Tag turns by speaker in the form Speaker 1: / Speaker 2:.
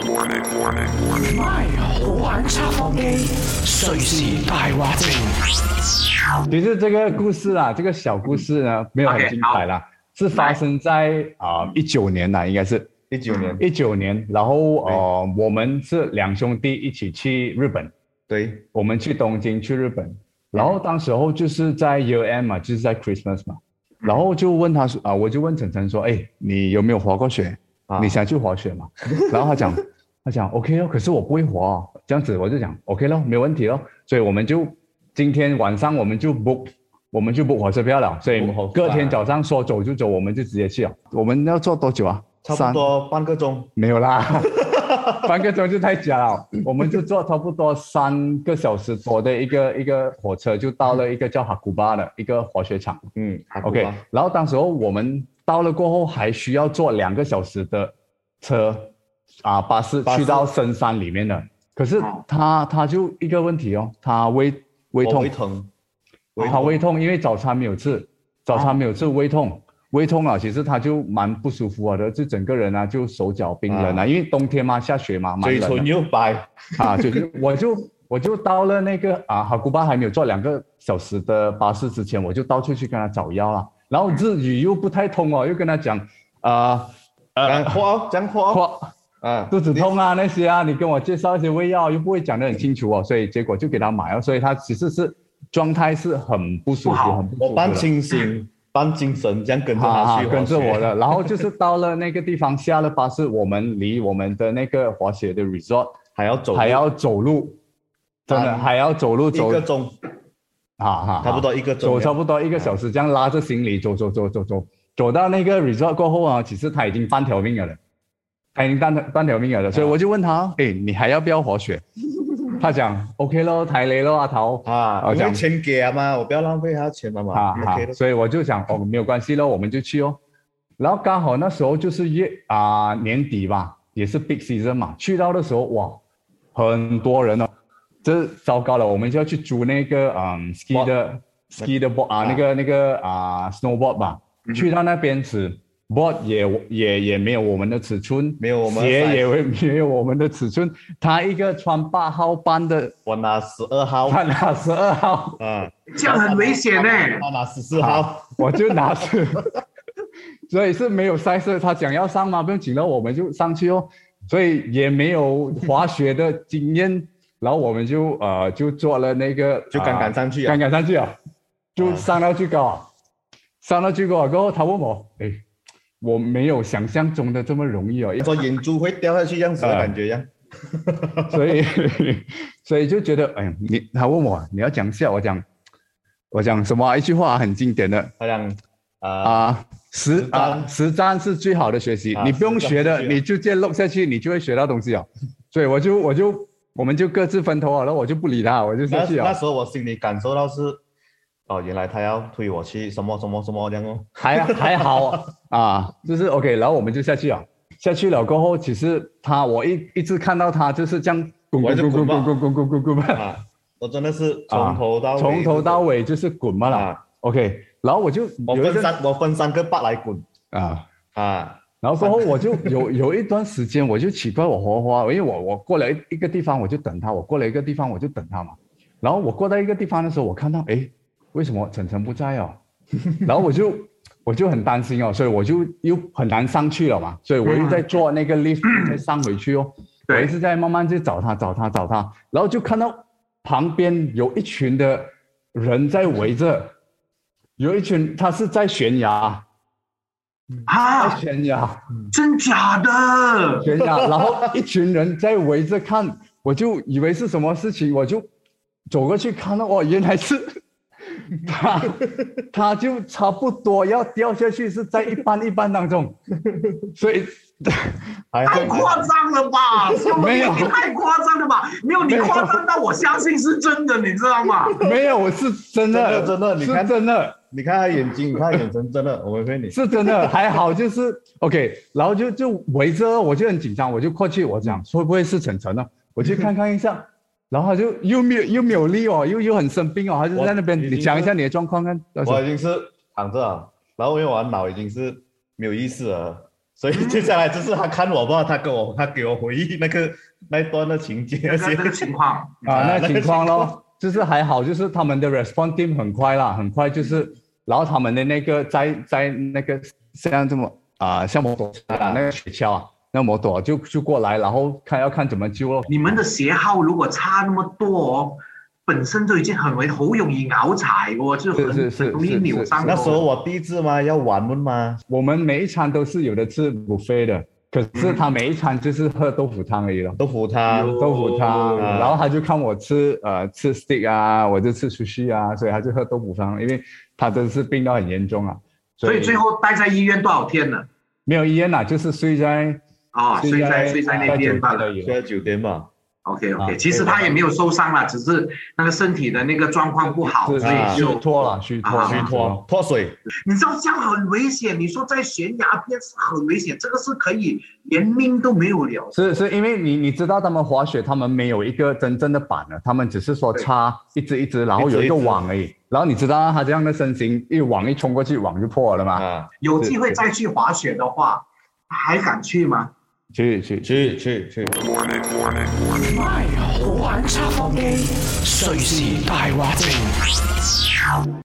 Speaker 1: warning, warning, warning.
Speaker 2: 咪好玩测谎机，谁是大话精？
Speaker 3: 其实这个故事啊，这个小故事呢，没有很
Speaker 4: OK，
Speaker 3: 精彩啦是发生在啊一九年啦，应该是
Speaker 5: 一九年，
Speaker 3: 一九年。然后呃，我们是两兄弟一起去日本，
Speaker 5: 对，
Speaker 3: 我们去东京去日本，然后当时候就是在 U M 嘛，就是在 Christmas 嘛，然后就问他说啊，我就问晨晨说，哎，你有没有滑过雪？
Speaker 5: 啊
Speaker 3: 你想去滑雪吗？ 然后他讲，他讲 OK 哦，可是我不会滑、哦，这样子我就讲 OK 咯，没问题咯。所以我们就今天晚上我们就 book，我们就 book 火车票了。所以
Speaker 5: 哦好快啊
Speaker 3: 隔天早上说走就走，我们就直接去了。我们要坐多久啊？
Speaker 5: 差
Speaker 3: 三
Speaker 5: 不多半个钟，
Speaker 3: 没有啦， 半个钟就太假了。我们就坐差不多三个小时多的一个一个火车，就到了一个叫哈古巴的一个滑雪场。
Speaker 5: 嗯好
Speaker 3: OK，
Speaker 5: 吧
Speaker 3: 然后当时候我们到了过后，还需要坐两个小时的车啊巴士
Speaker 5: 巴士
Speaker 3: 去到深山里面的。可是他他就一个问题哦，他胃胃
Speaker 5: 我
Speaker 3: 痛
Speaker 5: 胃，疼，
Speaker 3: 他哦胃痛，因为早餐没有吃，早餐没有吃，胃痛，胃痛啊了，其实他就蛮不舒服啊的，就整个人啊就手脚冰冷啊，
Speaker 5: 啊
Speaker 3: 因为冬天嘛，下雪嘛，蛮
Speaker 5: 嘴
Speaker 3: 冷
Speaker 5: 唇
Speaker 3: 的
Speaker 5: 又白，
Speaker 3: 啊，就是 我就我就到了那个啊哈古巴还没有坐两个小时的巴士之前，我就到处去跟他找药了，然后日语又不太通哦，又跟他讲啊
Speaker 5: 讲
Speaker 3: 哦
Speaker 5: 话讲话
Speaker 3: 我
Speaker 5: 啊，
Speaker 3: 肚子痛啊那些啊，你跟我介绍一些胃药，又不会讲得很清楚哦，所以结果就给他买了，哦所以他其实是状态是很不舒
Speaker 4: 不好
Speaker 3: 服，很不舒服的。
Speaker 5: 我半清 醒半精神，这样跟着他啊去滑雪，
Speaker 3: 啊跟着我的。然后就是到了那个地方，下了巴士，我们离我们的那个滑雪的 resort
Speaker 5: 还要走
Speaker 3: 还要走路，真的
Speaker 5: 嗯
Speaker 3: 还要走路
Speaker 5: 一
Speaker 3: 走
Speaker 5: 个钟，
Speaker 3: 啊哈，
Speaker 5: 差不多一个
Speaker 3: 走
Speaker 5: 钟，啊
Speaker 3: 差不多一个小时，这样拉着行李走走走走走，走到那个 resort 过后啊，其实他已经半条命了的，他已经半半条命了的，
Speaker 5: 啊
Speaker 3: 所以我就问他，哎，你还要不要滑雪？他讲 OK 咯，台雷咯，阿桃
Speaker 5: 啊，
Speaker 3: 我
Speaker 5: 因为
Speaker 3: 讲
Speaker 5: 钱给啊嘛，我不要浪费他钱嘛嘛
Speaker 3: 啊啊
Speaker 5: ，OK 的，
Speaker 3: 所以我就想哦，没有关系咯，我们就去哦。然后刚好那时候就是月啊、年底吧，也是 big season 嘛，去到的时候哇，很多人哦，这糟糕了，我们就要去租那个嗯 ski 的 ski 的 board 啊，那个那个啊 snowboard 吧，
Speaker 5: 嗯
Speaker 3: 去到那边吃 board 也也也没有我们的尺寸，
Speaker 5: 没有我们的
Speaker 3: 鞋
Speaker 5: size
Speaker 3: 也会 没有我们的尺寸，他一个穿八号半的，
Speaker 5: 我拿啊十二号
Speaker 3: 他拿十二号。
Speaker 5: 啊，
Speaker 4: 这样很危险呢、欸
Speaker 5: 他拿啊十四号，
Speaker 3: 我就拿着，所以是没有赛事，他想要上嘛，不用紧了，我们就上去哦。所以也没有滑雪的经验，然后我们就呃就做了那个，
Speaker 5: 就刚刚上去
Speaker 3: 呃
Speaker 5: 啊
Speaker 3: 刚，刚上去啊，就
Speaker 5: 啊
Speaker 3: 上到最高啊，上到最高啊，过后他问我，哎，我没有想象中的这么容易哦，因为
Speaker 5: 说眼珠会掉下去这样
Speaker 3: 啊
Speaker 5: 子的感觉一样，
Speaker 3: 所以所以就觉得，哎，你他问我你要讲一下，我讲我讲什么啊、一句话很经典的，
Speaker 5: 好像啊，
Speaker 3: 啊，实
Speaker 5: 实战
Speaker 3: 啊，实战是最好的学习，
Speaker 5: 啊
Speaker 3: 你不用学
Speaker 5: 实战是
Speaker 3: 的，
Speaker 5: 最好的
Speaker 3: 你就直接录下去，你就会学到东西哦。所以我就我就我们就各自分头好了，我就不理他，我就
Speaker 5: 那
Speaker 3: 下去
Speaker 5: 那
Speaker 3: 了。
Speaker 5: 时候我心里感受到是，哦，原来他要推我去什么什么什么这样哦，
Speaker 3: 还还好啊，就是 OK，然后我们就下去了。下去了过后，其实他我一一直看到他就是这样滚
Speaker 5: 我
Speaker 3: 滚
Speaker 5: 就滚
Speaker 3: 滚滚
Speaker 5: 吧
Speaker 3: 滚滚滚滚滚滚滚吧，
Speaker 5: 啊，我真的是从头到尾
Speaker 3: 哦从头到尾就是滚嘛啦。
Speaker 5: 啊，
Speaker 3: OK，然后我就
Speaker 5: 我
Speaker 3: 有一
Speaker 5: 分
Speaker 3: 阵
Speaker 5: 三我分三个八来滚
Speaker 3: 啊，
Speaker 5: 啊，
Speaker 3: 然后过后我就有有一段时间，我就奇怪我活花，因为我我过了一一个地方我就等他，我过了一个地方我就等他嘛。然后我过到一个地方的时候，我看到诶，为什么晨晨不在哦？ 然后我就我就很担心哦，所以我就又很难上去了嘛，所以我又在做那个 lift 再上回去哦。我
Speaker 4: 对
Speaker 3: 一直在慢慢去找他，找他，找他，然后就看到旁边有一群的人在围着，有一群他是在悬崖，在
Speaker 4: 啊，
Speaker 3: 悬崖。
Speaker 4: 真假的？
Speaker 3: 悬崖，然后一群人在围着看，我就以为是什么事情，我就走过去看到，哦，原来是 他，他就差不多要掉下去，是在一般一般当中，所以
Speaker 5: 还
Speaker 4: 太夸张了吧！
Speaker 3: 没有
Speaker 4: 你太夸张了吧？没有，你
Speaker 3: 没有
Speaker 4: 夸张到我相信是真的，你知道吗？
Speaker 3: 没有是真的，
Speaker 5: 真的真的你看
Speaker 3: 是真的，
Speaker 5: 你看他眼睛，你看他眼神，真的，我没 骗你。
Speaker 3: 是真的，还好就是 OK，然后就就围着，我就很紧张，我就过去，我讲会不会是晨晨呢？我去看看一下，然后他就又没有又没有力哦，又又很生病哦，他就
Speaker 5: 我
Speaker 3: 在那边，
Speaker 5: 已经
Speaker 3: 你讲一
Speaker 5: 是
Speaker 3: 下你的状况看。到时候
Speaker 5: 啊我已经是躺着了，然后因为我的脑已经是没有意识了，所以接下来就是他看我吧，他跟我他给我回忆那个那一段的情节那
Speaker 4: 那
Speaker 5: 些
Speaker 4: 个那。个情况，
Speaker 3: 啊，那
Speaker 5: 那个
Speaker 3: 情
Speaker 5: 情
Speaker 3: 况咯
Speaker 5: 况，
Speaker 3: 就是还好，就是他们的 response team 很快啦，很快就是，然后他们的那个在在那个像这么啊、像摩托车啊，那个雪橇啊，那摩托就就过来，然后看要看怎么救咯。
Speaker 4: 你们的鞋号如果差那么多哦，本身就已经很为好容易拗柴喎，就是很
Speaker 3: 是是
Speaker 4: 很容易扭伤。哦
Speaker 5: 那时候我第一次嘛，要玩问嘛，
Speaker 3: 我们每一餐都是有的吃补飞的，可是他每一餐就是喝豆腐汤而已咯。
Speaker 5: 都服他。
Speaker 4: 嗯哟
Speaker 3: 豆腐汤，
Speaker 5: 啊
Speaker 3: 然后他就看我吃呃吃 steak 啊，我就吃 sushi 啊，所以他就喝豆腐汤，因为他真是病到很严重啊，
Speaker 4: 所以最后待在医院多少天了？
Speaker 3: 没有医院啦，就是睡在
Speaker 4: 哦，睡在睡在那边罢
Speaker 3: 酒店而
Speaker 4: 了。
Speaker 3: 已
Speaker 5: 睡到九点嘛，
Speaker 4: OK
Speaker 3: 啊
Speaker 4: OK，其实他也没有受伤了，只是那个身体的那个状况不好，
Speaker 3: 是
Speaker 4: 所以
Speaker 5: 啊
Speaker 3: 虚
Speaker 4: 就
Speaker 3: 脱了，虚脱，
Speaker 4: 啊
Speaker 5: 虚脱。脱水，
Speaker 4: 你知道这样很危险，你说在悬崖边是很危险，这个是可以连命都没有了。
Speaker 3: 是是因为你你知道他们滑雪，他们没有一个真正的板的，他们只是说
Speaker 4: 对
Speaker 3: 插一只一只，然后有
Speaker 5: 一
Speaker 3: 一个
Speaker 5: 只一只
Speaker 3: 网而已。然后你知道他这样的身形，一网一冲过去，网就破了嘛。
Speaker 5: 啊，
Speaker 4: 有机会再去滑雪的话，还敢去吗？
Speaker 3: 去去去，
Speaker 5: 去去去，
Speaker 2: My 好玩測謊機，隨時大話情。